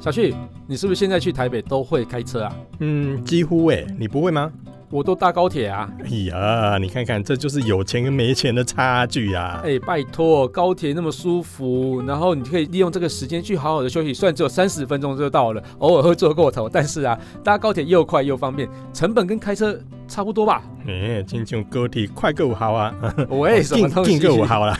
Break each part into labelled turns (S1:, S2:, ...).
S1: 小旭，你是不是现在去台北都会开车啊？
S2: 嗯，几乎诶、你不会吗？
S1: 我都搭高铁啊！
S2: 哎呀，你看看，这就是有钱跟没钱的差距啊！
S1: 哎、拜托，高铁那么舒服，然后你可以利用这个时间去好好的休息。虽然只有三十分钟就到了，偶尔会坐过头，但是啊，搭高铁又快又方便，成本跟开车差不多 吧？
S2: 哎、亲像高铁快够 好啊，
S1: 喂，什么东西？
S2: 够 好啦，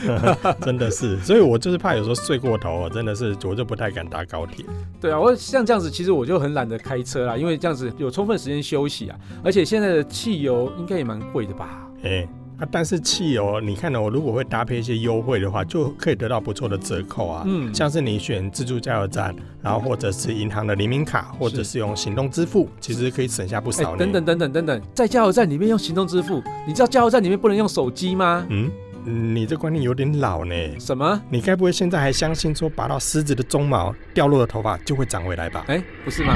S2: 真的是。所以我就是怕有时候睡过头，啊真的是我就不太敢搭高铁。
S1: 对啊，我像这样子，其实我就很懒得开车啊啦，因为这样子有充分时间休息啊。而且现在的汽油应该也蛮贵的吧？
S2: 哎、啊，但是汽油，你看呢、哦我如果会搭配一些优惠的话，就可以得到不错的折扣啊。
S1: 嗯，
S2: 像是你选自助加油站，然后或者是银行的联名卡，或者是用行动支付，其实可以省下不
S1: 哎、
S2: 少呢。
S1: 等等等等等等，在加油站里面用行动支付，你知道加油站里面不能用手机吗？
S2: 嗯，嗯你这观念有点老呢。
S1: 什么？
S2: 你该不会现在还相信说拔到狮子的鬃毛，掉落的头发就会长回来吧？
S1: 哎，不是吗？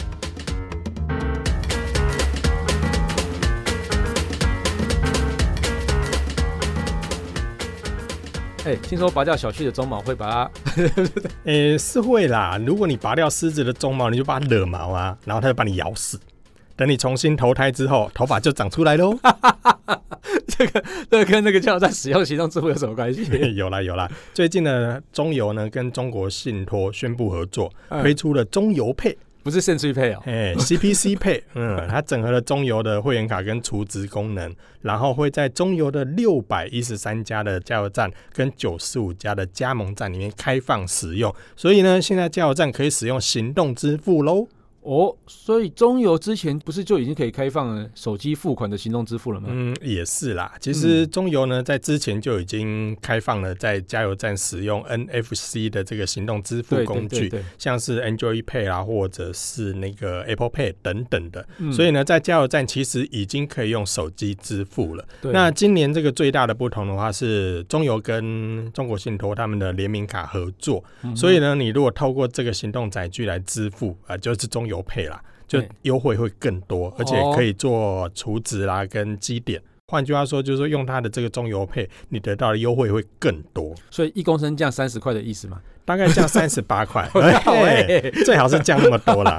S1: 哎，听说拔掉小旭的鬃毛会把它……
S2: 诶，是会啦。如果你拔掉狮子的鬃毛，你就把它惹毛啊，然后它就把你咬死。等你重新投胎之后，头发就长出来喽。
S1: 这 跟那个加油站使用行动支付有什么关系？
S2: 有啦有啦，最近呢，中油呢跟中国信托宣布合作，
S1: 嗯
S2: 推出了中油配。
S1: 不是肾虚配哦。
S2: 哎、c p c Pay，嗯， 它整合了中油的会员卡跟储值功能，然后会在中油的六百一十三家的加油站跟九十五家的加盟站里面开放使用，所以呢，现在加油站可以使用行动支付喽。
S1: 哦，所以中油之前不是就已经可以开放了手机付款的行动支付了吗？
S2: 嗯，也是啦。其实中油呢，在之前就已经开放了在加油站使用 NFC 的这个行动支付
S1: 对
S2: 工
S1: 对
S2: 具，
S1: 对对，
S2: 像是 Android Pay 啦，或者是那个 Apple Pay 等等的。
S1: 嗯
S2: 所以呢，在加油站其实已经可以用手机支付了。
S1: 对
S2: 那今年这个最大的不同的话是，中油跟中国信托他们的联名卡合作，
S1: 嗯
S2: 所以呢，你如果透过这个行动载具来支付啊、就是中油配啦，就
S1: 对哦
S2: 优惠会更多，而且可以做储值啦跟积点。换句话说，就是说用它的这个中油配，你得到的优惠会更多，
S1: 所以一公升降三十块的意思 嘛。。
S2: 大概降三十八块
S1: 哎、
S2: 哎最好是降那么多啦。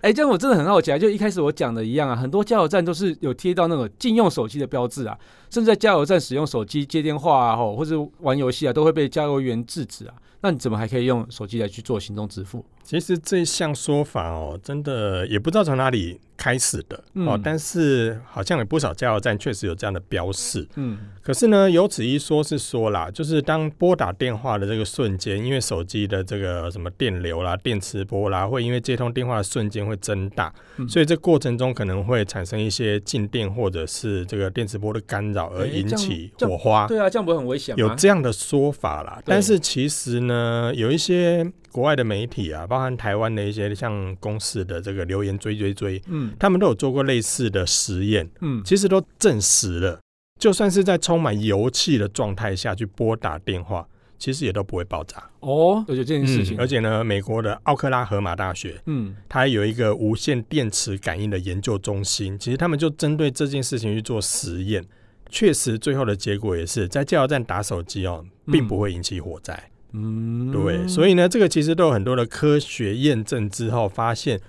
S1: 哎，这样我真的很好奇啊！就一开始我讲的一样啊，很多加油站都是有贴到那种禁用手机的标志啊，甚至在加油站使用手机接电话啊，吼或者玩游戏啊，都会被加油员制止啊。那你怎么还可以用手机来去做行动支付？
S2: 其实这项说法哦，真的也不知道从哪里开始的、
S1: 嗯
S2: 哦，但是好像有不少加油站确实有这样的标示。
S1: 嗯，
S2: 可是呢，有此一说是说啦，就是当拨打电话的这个瞬间，因为手机的这个什么电流啦、电磁波啦，会因为接通电话的瞬间会增大，
S1: 嗯
S2: 所以这过程中可能会产生一些静电或者是这个电磁波的干扰，而
S1: 哎
S2: 引
S1: 这样
S2: 起
S1: 这样
S2: 火花。
S1: 对啊，这样不会很危险吗？
S2: 有这样的说法啦，
S1: 对
S2: 但是其实呢，有一些国外的媒体啊，包含台湾的一些像公视的这个留言追追追，
S1: 嗯
S2: 他们都有做过类似的实验，
S1: 嗯，
S2: 其实都证实了，就算是在充满油气的状态下去拨打电话，其实也都不会爆炸。
S1: 哦，有这件事情
S2: 嗯，而，且呢，美国的奥克拉荷马大学。
S1: 嗯
S2: 它有一个无线电磁感应的研究中心，其实他们就针对这件事情去做实验，确实最后的结果也是在加油站打手机哦，并不会引起火灾。
S1: 嗯，
S2: 对，所
S1: 以
S2: 以呢，这个其实都有很多的科学验证之后，发现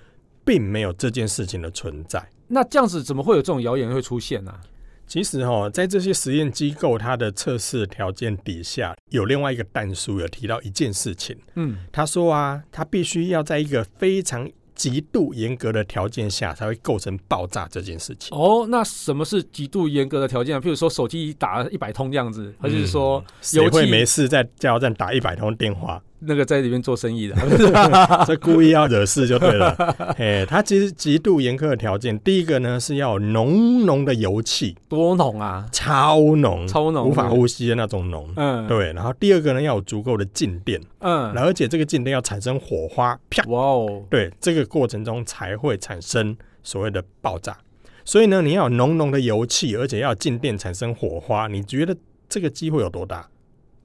S2: 并没有这件事情的存在。
S1: 那这样子怎么会有这种谣言会出现啊呢、
S2: 其实哦，在这些实验机构它的测试条件底下，有另外一个弹书有提到一件事情，
S1: 嗯，
S2: 他说啊，他必须要在一个非常极度严格的条件下，才会构成爆炸这件事情。
S1: 哦，那什么是极度严格的条件啊？譬如说手机打一百通这样子，还是说
S2: 嗯谁
S1: 油
S2: 会
S1: 气
S2: 没事在加油站打一百通电话？
S1: 那个在里面做生意的？
S2: 这故意要惹事就对了。 哎，它其实极度严苛的条件，第一个呢是要有浓浓的油气，
S1: 多浓啊，
S2: 超浓，
S1: 超浓，
S2: 嗯无法呼吸的那种浓。
S1: 嗯，
S2: 对，然后第二个呢要有足够的静电，
S1: 嗯，
S2: 然后而且这个静电要产生火花，啪，
S1: 哇哦，
S2: 对，这个过程中才会产生所谓的爆炸。所以呢，你要有浓浓的油气，而且要静电产生火花，你觉得这个机会有多大？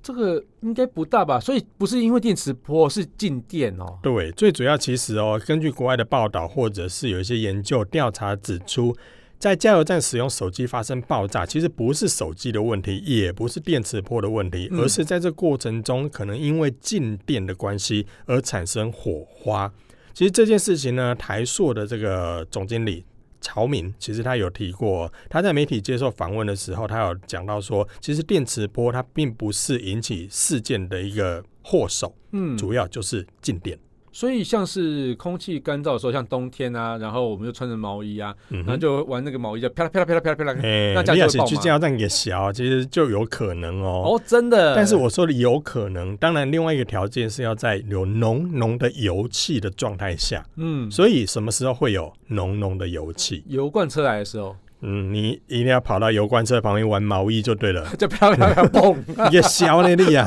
S1: 这个应该不大吧？所以不是因为电磁波，是静电哦。
S2: 对，最主要其实哦，根据国外的报道或者是有一些研究调查指出，在加油站使用手机发生爆炸，其实不是手机的问题，也不是电磁波的问题，
S1: 嗯
S2: 而是在这过程中可能因为静电的关系而产生火花。其实这件事情呢，台塑的这个总经理。曹敏其实他有提过，哦他在媒体接受访问的时候，他有讲到说，其实电磁波它并不是引起事件的一个祸首，
S1: 嗯，
S2: 主要就是静电。
S1: 所以像是空气干燥的时候，像冬天啊，然后我们就穿着毛衣啊，
S2: 嗯
S1: 然后
S2: 哼，
S1: 就玩那个毛衣，就啪啦啪啦啪啦啪啦啪啦。
S2: 哎
S1: 那这样就
S2: 你要
S1: 会
S2: 是
S1: 爆
S2: 去
S1: 吗
S2: 加油站给小，其实就有可能哦。
S1: 哦，真的。
S2: 但是我说的有可能，当然另外一个条件是要在有浓浓的油气的状态下。
S1: 嗯，
S2: 所以什么时候会有浓浓的油气？
S1: 油罐车来的时候，
S2: 嗯，你一定要跑到油罐车旁边玩毛 衣就 对了。
S1: 就啪啦啪啦啪啦嘣。
S2: 也小那力啊！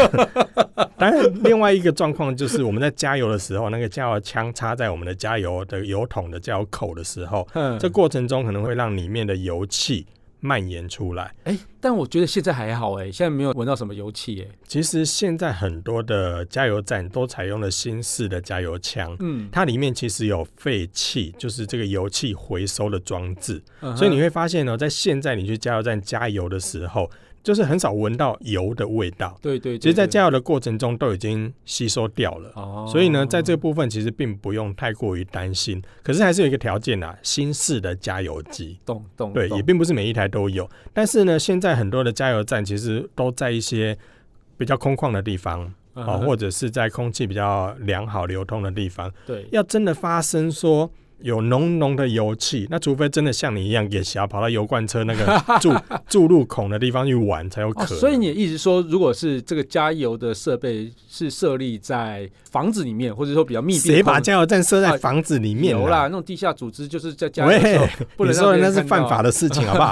S2: 当然，另外一个状况就是我们在加油的时候，那个加油枪插在我们的加油的油桶的加油口的时候，
S1: 嗯
S2: 这过程中可能会让里面的油气蔓延出来。
S1: 哎、但我觉得现在还好哎、现在没有闻到什么油气哎、
S2: 其实现在很多的加油站都采用了新式的加油枪，
S1: 嗯，
S2: 它里面其实有废气，就是这个油气回收的装置，
S1: 嗯
S2: 所以你
S1: 哼
S2: 会发现呢、在现在你去加油站加油的时候，就是很少闻到油的味道。
S1: 对对对，
S2: 其实，在
S1: 对
S2: 加油的过程中都已经吸收掉了。
S1: 哦，
S2: 所以呢，在这个部分其实并不用太过于担心，可是还是有一个条件啊，新式的加油机，
S1: 懂懂
S2: 对，
S1: 懂
S2: 也并不是每一台都有。但是呢，现在很多的加油站其实都在一些比较空旷的地方
S1: 嗯
S2: 啊、
S1: 哼
S2: 或者是在空气比较良好流通的地方。
S1: 对
S2: 要真的发生说有浓浓的油气，那除非真的像你一样给小跑到油罐车 那个注注入孔的地方去玩才有可
S1: 哦，
S2: 能。
S1: 所以你的意思说，如果是这个加油的设备是设立在房子里面，或者说比较密闭的
S2: 谁
S1: 空
S2: 把加油站设在
S1: 啊
S2: 房子里面
S1: 有
S2: 啊
S1: 啦，那种地下组织就是在加油
S2: 喂
S1: 的时候，不
S2: 你
S1: 能
S2: 说的
S1: 让
S2: 那
S1: 别人
S2: 是
S1: 看
S2: 犯
S1: 到啊
S2: 法。的事情，好不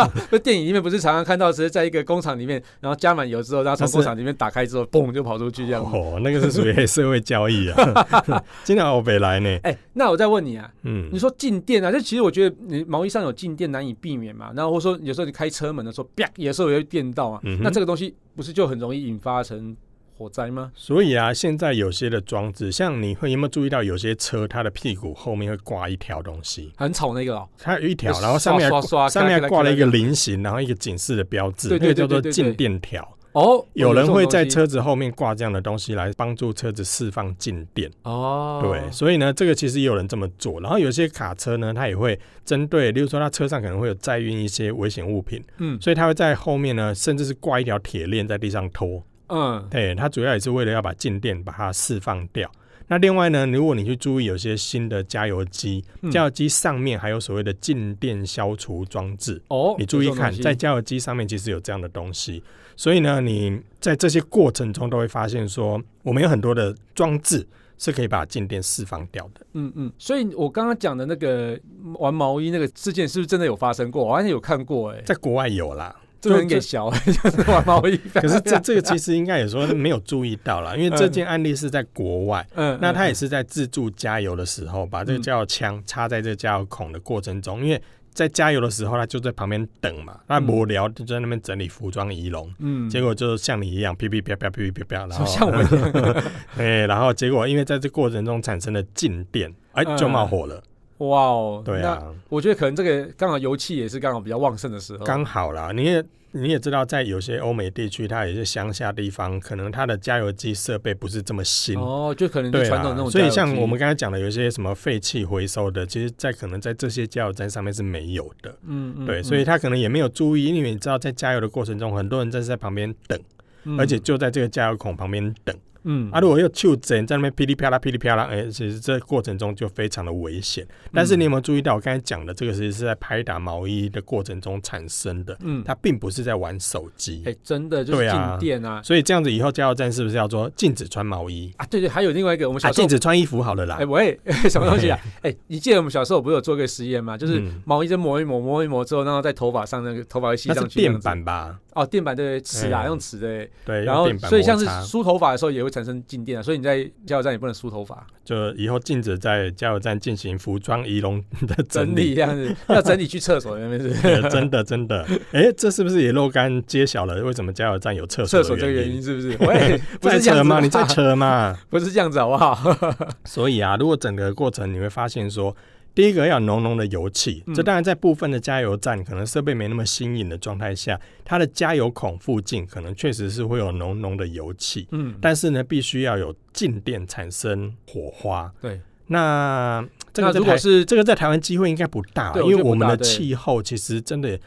S2: 好？
S1: 那电影里面不是常常看到，只是在一个工厂里面，然后加满油之后，然后从
S2: 那是
S1: 工厂里面打开之后，嘣就跑出去这样子。
S2: 哦，那个是属于黑社会交易啊， 经常欧北来呢。
S1: 哎、那我再问你啊，
S2: 嗯
S1: 你，说静电啊，这其实我觉得你毛衣上有静电难以避免嘛，然后或者说有时候你开车门的时候，啪，有时候也会电到啊，
S2: 嗯哼
S1: 那这个东西不是就很容易引发成火灾吗？
S2: 所以啊，现在有些的装置，像你会有没有注意到，有些车它的屁股后面会挂一条东西，
S1: 很吵那个哦，
S2: 它有一条，
S1: 就
S2: 然后上面还
S1: 刷刷刷
S2: 上面
S1: 咔咔
S2: 还
S1: 咔
S2: 挂了一个菱形，然后一个警示的标志，
S1: 对
S2: 那
S1: 对
S2: 个叫做
S1: 对对对
S2: 静电条。
S1: 哦，这
S2: 有人
S1: 种
S2: 会
S1: 东
S2: 在
S1: 西
S2: 车子后面挂这样的东西来帮助车子释放静电。
S1: 哦，
S2: 对，所以呢，这个其实也有人这么做。然后有些卡车呢，它也会针对，例如说它车上可能会有载运一些危险物品，
S1: 嗯
S2: 所以它会在后面呢，甚至是挂一条铁链在地上拖。
S1: 嗯，
S2: 对，它主要也是为了要把静电把它释放掉。那另外呢，如果你去注意有些新的加油机，
S1: 嗯
S2: 加油机上面还有所谓的静电消除装置。
S1: 哦，
S2: 你注意
S1: 有这种
S2: 看
S1: 东，西
S2: 在加油机上面其实有这样的东西，所以呢，你在这些过程中都会发现说，我们有很多的装置是可以把静电释放掉的。
S1: 嗯嗯，所以我刚刚讲的那个玩毛衣那个事件，是不是真的有发生过？我好像有看过、哎，
S2: 在国外 有啦，
S1: 这个人给小、就是玩毛衣，
S2: 可是这这个其实应该有时候没有注意到啦，因为这件案例是在国外。
S1: 嗯，
S2: 那他也
S1: 嗯
S2: 是在自助加油的时候，把这个加油枪插在这个加油孔的过程中，因为在加油的时候，他就在旁边等嘛，那
S1: 嗯
S2: 无聊就在那边整理服装仪容，
S1: 嗯，
S2: 结果就像你一样，噼噼啪啪，噼噼啪啪，然
S1: 怎么
S2: 后
S1: 像我一样，
S2: 哎，然后结果因为在这过程中产生了静电，哎，
S1: 嗯
S2: 就冒火了。
S1: 哇哦，
S2: 对
S1: 那嗯
S2: 啊，
S1: 我觉得可能这个刚好油气也是刚好比较旺盛的时候，
S2: 刚好啦，你也。你也知道，在有些欧美地区，它有些乡下地方，可能它的加油机设备不是这么新，
S1: 哦，就可能就
S2: 对
S1: 传统那
S2: 啦
S1: 种，
S2: 所
S1: 加
S2: 以
S1: 油
S2: 像
S1: 机
S2: 我们刚才讲的，有些什么废气回收的，其实在可能在这些加油站上面是没有的，
S1: 嗯嗯，
S2: 对，
S1: 嗯
S2: 所以他可能也没有注意，因为你知道，在加油的过程中，很多人正是在旁边等，
S1: 嗯
S2: 而且就在这个加油孔旁边等。
S1: 嗯
S2: 啊，如果又就整在那边噼里啪啦、噼里啪啦，哎、其实这过程中就非常的危险。但
S1: 嗯
S2: 是你有没有注意到，我刚才讲的这个其实是在拍打毛衣的过程中产生的，
S1: 嗯，
S2: 它并不是在玩手机。
S1: 哎，真的就是
S2: 对
S1: 静
S2: 啊
S1: 电啊
S2: 所以这样子以后加油站是不是要说禁止穿毛衣？
S1: 啊，对对，还有另外一个我们
S2: 啊，
S1: 小时候
S2: 禁止啊穿衣服好了啦。
S1: 哎、喂， 什么东西啊？哎、你记得我们小时候不是有做个实验吗？就是
S2: 嗯
S1: 毛衣针磨一磨，磨一磨之后，然后在头发上那个头发会吸
S2: 那
S1: 上
S2: 是
S1: 去。
S2: 电板吧？
S1: 哦，电板对对，对齿啊，
S2: 哎
S1: 用齿的。
S2: 对，
S1: 然
S2: 用
S1: 后
S2: 电，板
S1: 所以像是
S2: 摩擦
S1: 梳头发的时候也会产生静电啊，所以你在加油站也不能梳头发，
S2: 就以后禁止在加油站进行服装仪容的
S1: 整 理这样子，要整理去厕所那边是
S2: 对真的真的，哎、这是不是也若干揭晓了为什么加油站有厕所
S1: 厕所
S2: 的
S1: 这个
S2: 原
S1: 原
S2: 因？
S1: 因是不是？喂，不
S2: 在
S1: 是这
S2: 扯
S1: 样子
S2: 嘛，
S1: 吧
S2: 你在扯嘛。
S1: 不是这样子好不好？
S2: 所以啊，如果整个过程你会发现说，第一个要有浓浓的油气，
S1: 嗯
S2: 这当然在部分的加油站可能设备没那么新颖的状态下，它的加油孔附近可能确实是会有浓浓的油气，
S1: 嗯，
S2: 但是呢，必须要有静电产生火花。
S1: 对，
S2: 那这个
S1: 那
S2: 在
S1: 如果
S2: 台
S1: 是
S2: 这个在台湾机会应该不大，
S1: 对
S2: 因为
S1: 我觉得不
S2: 我们的
S1: 大对
S2: 气候其实真的，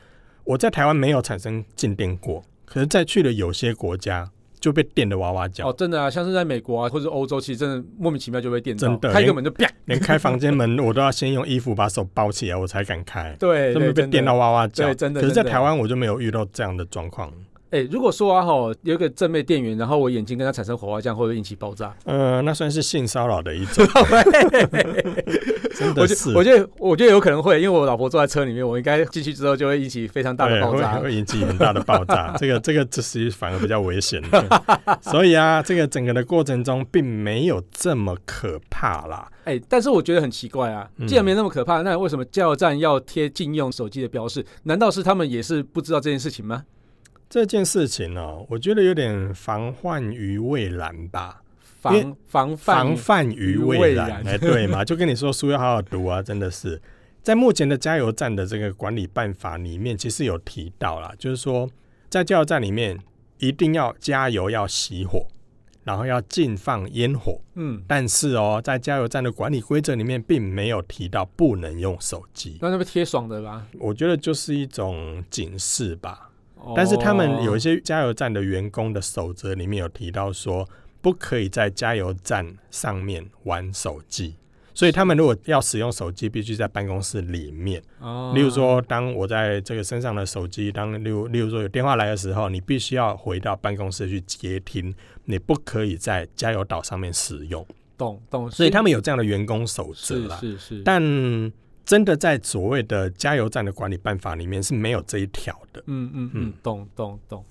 S2: 我在台湾没有产生静电过，可是在去了有些国家就被电的哇哇叫。
S1: 哦，真的啊，像是在美国啊或者欧洲，其实真的莫名其妙就被电到
S2: 真，的哎
S1: 开个门就啪，
S2: 连开房间门我都要先用衣服把手包起来，我才敢开，
S1: 对，
S2: 这么
S1: 对
S2: 被电。
S1: 真的
S2: 到哇哇叫。
S1: 对真的
S2: 可是，在
S1: 真的
S2: 台湾我就没有遇到这样的状况。
S1: 哎、如果说啊吼，有一个正面电源，然后我眼睛跟它产生火花，这样会不会引起爆炸？
S2: 呃，那算是性骚扰的一种， 真
S1: 我
S2: 的
S1: 觉
S2: 是。
S1: 我觉得我觉得有可能会，因为我老婆坐在车里面，我应该进去之后就会引起非常大的
S2: 对
S1: 爆
S2: 会
S1: 炸。
S2: 会引起很大的爆 炸。这个这个其实反而比较危险的， 所以啊，这个整个的过程中并没有这么可怕啦。
S1: 哎、但是我觉得很奇怪啊，
S2: 嗯
S1: 既然没那么可怕，那为什么加油站要贴禁用手机的标示？难道是他们也是不知道这件事情吗？
S2: 这件事情呢、我觉得有点防患于未然吧，因
S1: 防防范
S2: 防范于未然，
S1: 于未然
S2: 哎，对嘛？就跟你说书要好好读啊，真的是。在目前的加油站的这个管理办法里面，其实有提到啦，就是说在加油站里面一定要加油要熄火，然后要禁放烟火。
S1: 嗯，
S2: 但是哦，在加油站的管理规则里面，并没有提到不能用手机。
S1: 那那边贴爽的吧。
S2: 我觉得就是一种警示吧。
S1: 哦
S2: 但是他们有一些加油站的员工的守则里面有提到说，不可以在加油站上面玩手机。所以他们如果要使用手机，必须在办公室里面。
S1: 哦
S2: 例如说，当我在这个身上的手机，当例如例如说有电话来的时候，你必须要回到办公室去接听，你不可以在加油岛上面使用。
S1: 懂懂，
S2: 所以他们有这样的员工守则
S1: 是
S2: 啦。
S1: 是是，
S2: 但真的在所谓的加油站的管理办法里面是没有这一条的。
S1: 嗯嗯
S2: 嗯
S1: 嗯，懂懂懂。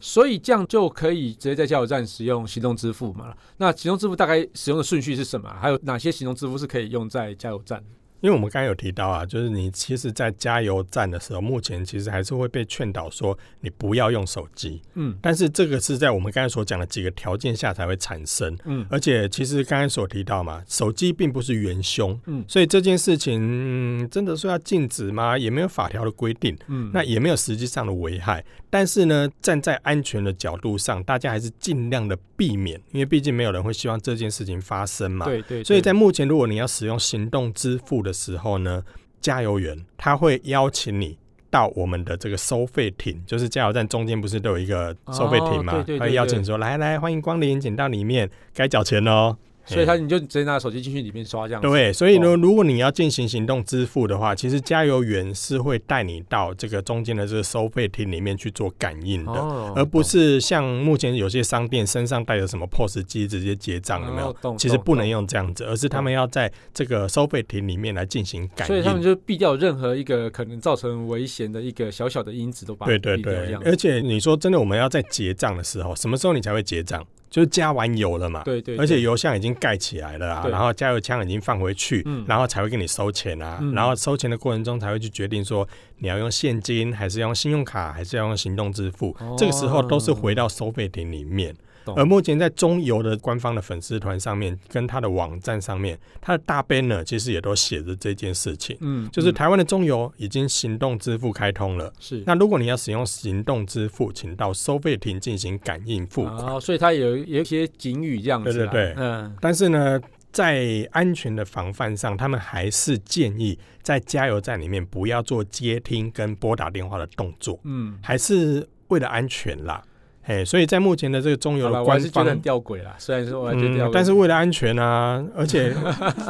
S1: 所以这样就可以直接在加油站使用行动支付嘛？那行动支付大概使用的顺序是什么啊？还有哪些行动支付是可以用在加油站？
S2: 因为我们刚刚有提到啊，就是你其实，在加油站的时候，目前其实还是会被劝导说你不要用手机，
S1: 嗯
S2: 但是这个是在我们刚才所讲的几个条件下才会产生。
S1: 嗯，
S2: 而且，其实刚才所提到嘛，手机并不是元凶，
S1: 嗯
S2: 所以这件事情、嗯真的说要禁止吗？也没有法条的规定。
S1: 嗯，
S2: 那也没有实际上的危害，但是呢，站在安全的角度上，大家还是尽量的避免，因为毕竟没有人会希望这件事情发生嘛。。
S1: 对对，
S2: 所以
S1: 对
S2: 在目前，如果你要使用行动支付的时候呢，加油员他会邀请你到我们的这个收费亭，就是加油站中间不是都有一个收费亭嘛？
S1: 哦对对对
S2: 他会邀请你说来来，欢迎光临，请到里面，该缴钱哦。
S1: 所以他你就直接拿手机进去里面刷这样子。哦
S2: 对，所以呢，如果你要进行行动支付的话，其实加油员是会带你到这个中间的这个收费亭里面去做感应的。
S1: 哦，
S2: 而不是像目前有些商店身上带着什么 POS 机直接结账，
S1: 懂
S2: 有没有？
S1: 哦懂
S2: 其实不能
S1: 懂
S2: 用这样子，而是他们要在这个收费亭里面来进行感
S1: 所以他们
S2: 应。
S1: 就避掉任何一个可能造成危险的一个小小的因子，都把它
S2: 对对
S1: 避掉这
S2: 对，
S1: 样子
S2: 而且你说真的，我们要在结账的时候，什么时候你才会结账？就是加完油了嘛，
S1: 对对，
S2: 而且
S1: 对
S2: 油箱已经盖起来了啊，
S1: 对
S2: 然后加油枪已经放回去，
S1: 嗯
S2: 然后才会给你收钱啊，
S1: 嗯
S2: 然后收钱的过程中才会去决定说你要用现金，还是要用信用卡，还是要用行动支付。
S1: 哦
S2: 这个时候都是回到收费亭里面。
S1: 懂
S2: 而目前在中油的官方的粉丝团上面，跟它的网站上面，它的大 banner 其实也都写着这件事情，
S1: 嗯，
S2: 就是
S1: 嗯
S2: 台湾的中油已经行动支付开通了。
S1: 是
S2: 那如果你要使用行动支付，请到收费亭进行感应付款。
S1: 哦，所以他有有一些警语这样子啦，
S2: 对对对
S1: 嗯，
S2: 但是呢，在安全的防范上，他们还是建议在加油站里面不要做接听跟拨打电话的动作，
S1: 嗯，
S2: 还是为了安全啦。哎，所以在目前的这个中油
S1: 好
S2: 的
S1: 了，我还
S2: 官
S1: 是觉得很
S2: 方。
S1: 吊诡啦。虽然说我还觉得吊诡，，
S2: 嗯但是为了安全啊，而且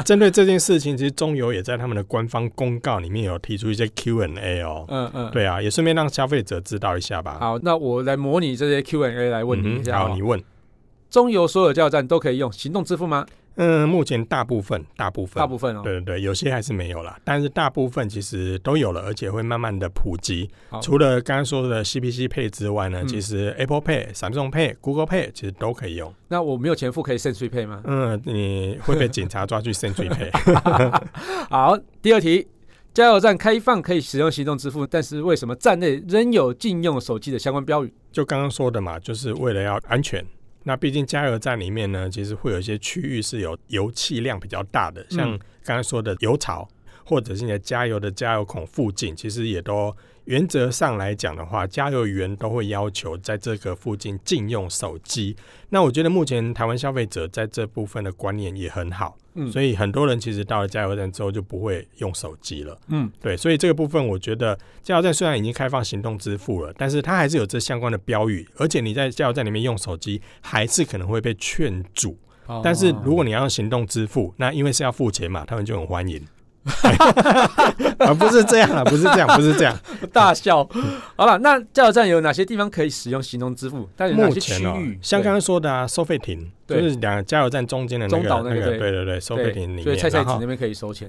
S2: 针对这件事情，其实中油也在他们的官方公告里面有提出一些 Q&A 哦。
S1: 嗯嗯，。
S2: 对啊，也顺便让消费者知道一下吧。
S1: 好，那我来模拟这些 Q&A 来问你一
S2: 嗯哼
S1: 下、哦
S2: 好，你问。
S1: 中油所有加油站都可以用行动支付吗？
S2: 嗯，目前大部分大部分
S1: 大部分哦。
S2: 对对对，有些还是没有啦，但是大部分其实都有了，而且会慢慢的普及
S1: 好。
S2: 除了刚刚说的 CPC Pay 之外呢，
S1: 嗯
S2: 其实 Apple Pay、Samsung Pay、Google Pay 其实都可以用。
S1: 那我没有钱付可以 Sensory Pay 吗？
S2: 嗯，你会被警察抓去 Century Pay。
S1: 好，第二题，加油站开放可以使用行动支付，但是为什么站内仍有禁用手机的相关标语？
S2: 就刚刚说的嘛，就是为了要安全。那毕竟加油站里面呢，其实会有一些区域是有油气量比较大的，像
S1: 嗯
S2: 刚刚说的油槽，或者是你的加油的加油孔附近，其实也都原则上来讲的话，加油员都会要求在这个附近禁用手机。那我觉得目前台湾消费者在这部分的观念也很好，
S1: 嗯
S2: 所以很多人其实到了加油站之后就不会用手机了。
S1: 嗯，
S2: 对，所以这个部分我觉得加油站虽然已经开放行动支付了，但是它还是有这相关的标语，而且你在加油站里面用手机还是可能会被劝阻。
S1: 哦嗯
S2: 但是如果你要用行动支付，那因为是要付钱嘛，他们就很欢迎。 啊，不是这样啊，不是这样，不是这样。
S1: 大笑， 好了，那加油站有哪些地方可以使用行动支付？但有哪
S2: 目
S1: 些区
S2: 前哦
S1: 域？，
S2: 像刚刚说的啊，收费亭就
S1: 对
S2: 是两个加油站中间的那
S1: 中岛
S2: 个
S1: 那个
S2: 个，
S1: 对
S2: 对对对，收费
S1: 对
S2: 亭里
S1: 所以
S2: 面，
S1: 菜菜
S2: 然
S1: 子
S2: 后
S1: 那边可以收钱。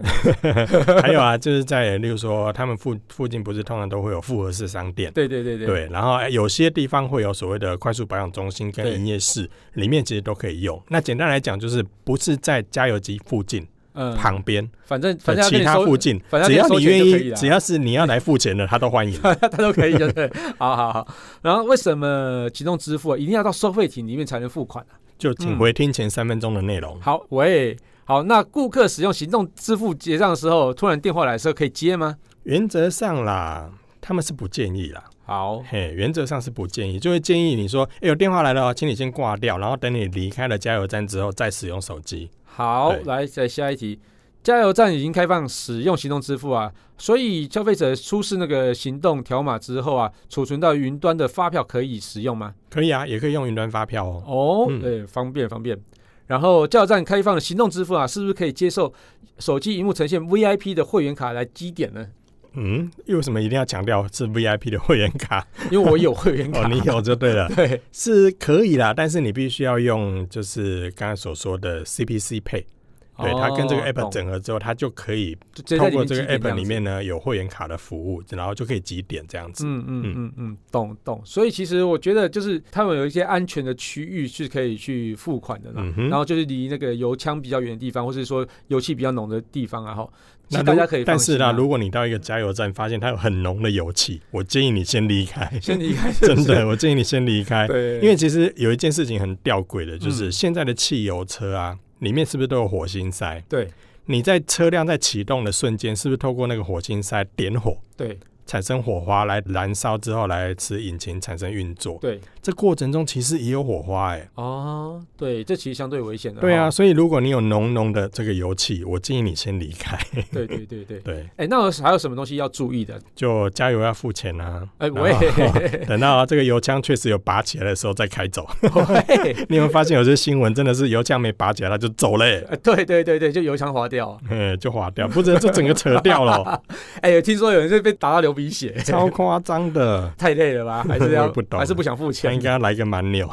S2: 还有啊，就是在例如说他们附附近不是通常都会有复合式商店。
S1: 对对对对，
S2: 对，然后哎有些地方会有所谓的快速保养中心跟
S1: 对
S2: 营业室，里面其实都可以用。那简单来讲，就是不是在加油机附近、
S1: 嗯，
S2: 旁边，
S1: 反正反正要
S2: 其
S1: 跟你
S2: 他
S1: 收
S2: 附，近，
S1: 反正
S2: 只
S1: 要
S2: 要
S1: 跟你
S2: 你
S1: 收钱
S2: 愿
S1: 就可以
S2: 意，
S1: 啦
S2: 只要是你要来付钱的，他都 欢迎。
S1: 他都可以，对不对？ 好好好。然后为什么行动支付啊一定要到收费亭里面才能付款啊？
S2: 就请回听前三分钟的内容。
S1: 好，喂，好，那顾客使用行动支付结账的时候，突然电话来的时候可以接吗？
S2: 原则上啦，他们是不建议啦。
S1: 好，
S2: 嘿，原则上是不建议，就会建议你说，哎、有电话来了哦，请你先挂掉，然后等你离开了加油站之后再使用手机。
S1: 好，
S2: 对
S1: 来，再下一题。加油站已经开放使用行动支付啊，所以消费者出示那个行动条码之后啊，储存到云端的发票可以使用吗？
S2: 可以啊，也可以用云端发票哦。
S1: 哦，
S2: 嗯
S1: 对，方便方便。然后加油站开放的行动支付啊，是不是可以接受手机荧幕呈现 VIP 的会员卡来积点呢？
S2: 嗯，为什么一定要强调是 VIP 的会员卡？
S1: 因为我有会 员卡，，
S2: 哦，你有就对了
S1: 对
S2: 是可以啦，但是你必须要用就是刚刚所说的 CPC Pay，对、它跟这个
S1: 哦
S2: app
S1: 懂
S2: 整合之后，它就可以
S1: 就直接在
S2: 透
S1: 里
S2: 过
S1: 面
S2: 这
S1: 积
S2: 个
S1: 点这
S2: app
S1: 样
S2: 里
S1: 子
S2: 面呢有会员卡的服务，然后就可以积点这样子。
S1: 嗯嗯嗯嗯，懂懂。所以其实我觉得就是他们有一些安全的区域是可以去付款的啦。
S2: 嗯哼
S1: 然后就是离那个油枪比较远的地方，或是说油气比较浓的地方啊，哈，其
S2: 那
S1: 实
S2: 如
S1: 大家可以放
S2: 但是
S1: 心
S2: 啦，
S1: 啊。
S2: 如果你到一个加油站发现它有很浓的油气，我建议你先离开。
S1: 先离开，
S2: 真的，我建议你先离开，
S1: 对，嗯
S2: 因为其实有一件事情很吊诡的，就是现在的汽油车啊，里面是不是都有火星塞？
S1: 对
S2: 你在车辆在启动的瞬间，是不是透过那个火星塞点火？
S1: 对
S2: 产生火花来燃烧之后，来使引擎产生运作。
S1: 对
S2: 这过程中其实也有火花哎、
S1: 哦，对，这其实相对危险的。
S2: 对啊，
S1: 哈，
S2: 所以如果你有浓浓的这个油气，我建议你先离开。
S1: 对对对 对。
S2: 对，
S1: 哎，那有还有什么东西要注意的？
S2: 就加油要付钱 啊。
S1: 哎，
S2: 然后
S1: 喂
S2: 等到这个油枪确实有拔起来的时候再开 走。
S1: 喂，
S2: 你有没有发现有些新闻真的是油枪没拔起来它就走了、欸？
S1: 呃 对对对对，就油枪滑掉啊。
S2: 嗯，就划掉，不然这整个扯 掉了，
S1: 哎，有听说有人是被打到流鼻血，
S2: 超夸张的。
S1: 太累了 吧？还是
S2: 我
S1: 要
S2: 也不懂
S1: 还是不想付
S2: 他
S1: 钱？
S2: 应该要来个蛮 牛，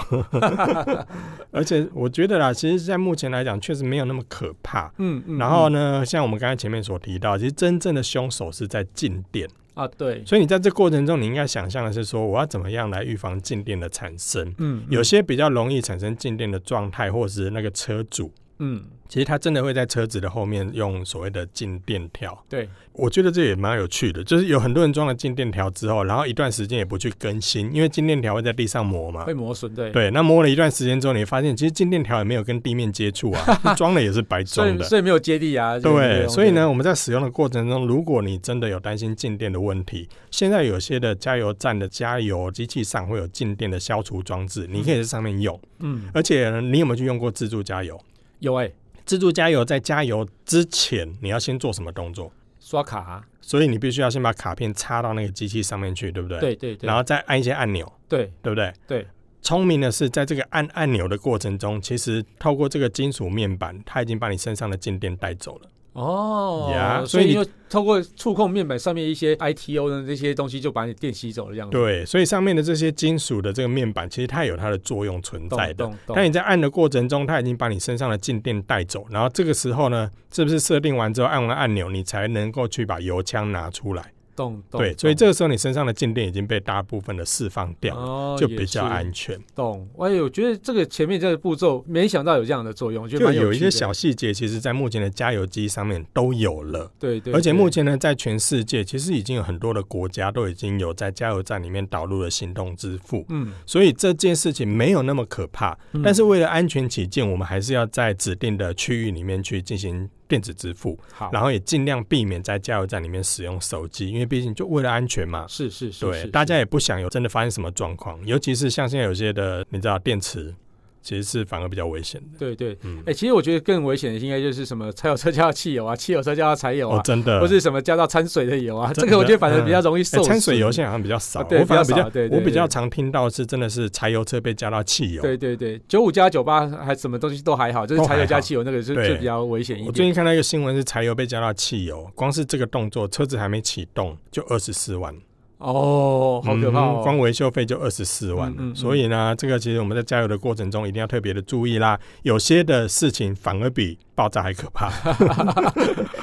S2: 而且我觉得啦，其实，在目前来讲，确实没有那么可怕。
S1: 嗯嗯。
S2: 然后
S1: 嗯
S2: 呢，像我们刚才前面所提到，其实真正的凶手是在静电，
S1: 啊，对，
S2: 所以你在这过程中，你应该想象的是说，我要怎么样来预防静电的产生？
S1: 嗯，
S2: 有
S1: 嗯
S2: 些比较容易产生静电的状态，或是那个车主，
S1: 嗯，
S2: 其实他真的会在车子的后面用所谓的静电条。
S1: 对，
S2: 我觉得这也蛮有趣的，就是有很多人装了静电条之后，然后一段时间也不去更新，因为静电条会在地上磨嘛
S1: 会。磨损，对，
S2: 对，那磨了一段时间之后，你会发现其实静电条也没有跟地面接触啊，装了也是白
S1: 所
S2: 装
S1: 以
S2: 的。
S1: 所以没有接地啊。这个这
S2: 对，
S1: 个
S2: 所以呢，我们在使用的过程中，如果你真的有担心静电的问题，现在有些的加油站的加油机器上会有静电的消除装置，你可以在上面用。
S1: 东西，嗯，
S2: 而且呢你有没有去用过自助加油？
S1: 有哎，
S2: 自助加油在加油之前，你要先做什么动作？
S1: 刷卡啊，
S2: 所以你必须要先把卡片插到那个机器上面去，对不对？。
S1: 对对对，
S2: 然后再按一些按钮，
S1: 对
S2: 对不对？
S1: 对。
S2: 聪明的是，在这个按按钮的过程中，其实透过这个金属面板，它已经把你身上的静电带走了。
S1: 哦
S2: Yeah，
S1: 所
S2: 所以
S1: 以
S2: 你
S1: 又透过触控面板上面一些 ITO 的这些东西，就把你电吸走了，这样子。
S2: 对，所以上面的这些金属的这个面板，其实它有它的作用存
S1: 懂
S2: 在的。
S1: 懂懂
S2: 那。你在按的过程中，它已经把你身上的静电带走，然后这个时候呢，是不是设定完之后按完按钮，你才能够去把油枪拿出来？
S1: 懂懂，
S2: 对，所以这个时候你身上的静电已经被大部分的释放掉了，
S1: 哦
S2: 就
S1: 也
S2: 比较
S1: 是
S2: 安全。
S1: 懂。哎呦，我觉得这个前面这个步骤没想到有这样的作用，我觉得
S2: 就
S1: 蛮
S2: 有一
S1: 趣
S2: 些
S1: 的
S2: 小细节，其实在目前的加油机上面都有了。
S1: 对对，
S2: 而且
S1: 对
S2: 目前呢，在全世界其实已经有很多的国家都已经有在加油站里面导入了行动支付，
S1: 嗯，
S2: 所以这件事情没有那么可怕。
S1: 嗯
S2: 但是为了安全起见，我们还是要在指定的区域里面去进行电子支付，
S1: 好，
S2: 然后也尽量避免在加油站里面使用手机，因为毕竟就为了安全嘛。
S1: 是是是，
S2: 对，
S1: 是
S2: 大家也不想有真的发生什么状况，尤其是像现在有些的，你知道电池其实是反而比较危险的。
S1: 对对。
S2: 嗯
S1: 哎、，其实我觉得更危险的应该就是什么柴油车加到汽油啊，汽油车加到柴油
S2: 哦
S1: 啊，，
S2: 真的，
S1: 或是什么加到掺水的油啊，
S2: 真
S1: 这个我
S2: 的
S1: 觉得反而
S2: 嗯
S1: 比较容易
S2: 哎
S1: 受损、
S2: 掺水油现在好像比较少，
S1: 啊对
S2: 我反而比
S1: 比较
S2: 较
S1: 少对对
S2: 我比较
S1: 对
S2: 常听到是真的是柴油车被加到汽油。
S1: 对对对，九五加九八还什么东西都还好，就是
S2: 都还
S1: 柴油加
S2: 好
S1: 汽油那个是
S2: 对
S1: 就比较危险一
S2: 我最
S1: 点。
S2: 近看到一个新闻是柴油被加到汽油，光是这个动作，车子还没启动就二十四万，
S1: 哦，好可怕
S2: 嗯
S1: 哦！
S2: 光维修费就二十四万了
S1: 嗯嗯嗯
S2: 所以呢，这个其实我们在加油的过程中一定要特别的注意啦。有些的事情反而比爆炸还可 怕。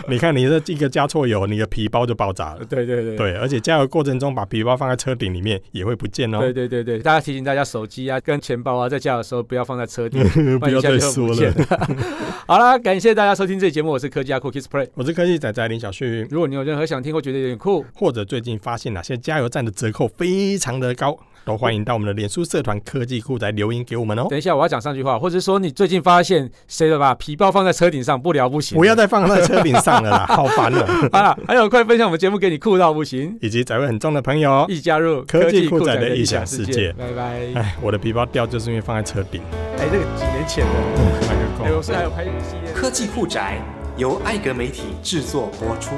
S2: 你看，你这一个加错油，你的皮包就爆炸了。
S1: 对对对
S2: 对，而且加油过程中把皮包放在车顶里面也会不见哦。
S1: 对对对对，大家提醒大家，手机啊跟钱包啊，在家的时候不要放在车底，
S2: 不要
S1: 一下
S2: 再
S1: 就
S2: 说
S1: 不
S2: 了
S1: 见。 好啦，感谢大家收听这期节目，我是科技阿酷 Kiss Play。
S2: 我是科技仔仔林小旭，
S1: 如果你有任何想听或觉得有点酷，
S2: 或者最近发现哪些加油站的折扣非常的高，都欢迎到我们的脸书社团科技库来留言给我们哦。
S1: 等一下我要讲上句话，或者说你最近发现谁的把皮包放在车顶上不聊不行，
S2: 不要再放在车顶上了啦，好烦啊！
S1: 好了，还有快分享我们节目给你酷到不行，
S2: 以及宅位很重的朋友哦，
S1: 一起加入
S2: 科技酷
S1: 仔
S2: 宅的
S1: 异
S2: 异想世界
S1: 拜拜。
S2: 哎，我的皮包掉就是因为放在车顶，
S1: 哎，那个几年前的，
S2: 哎呀够
S1: 哎，
S2: 了
S1: 我是还有拍一系列。
S3: 科技酷宅由艾格媒体制作播出。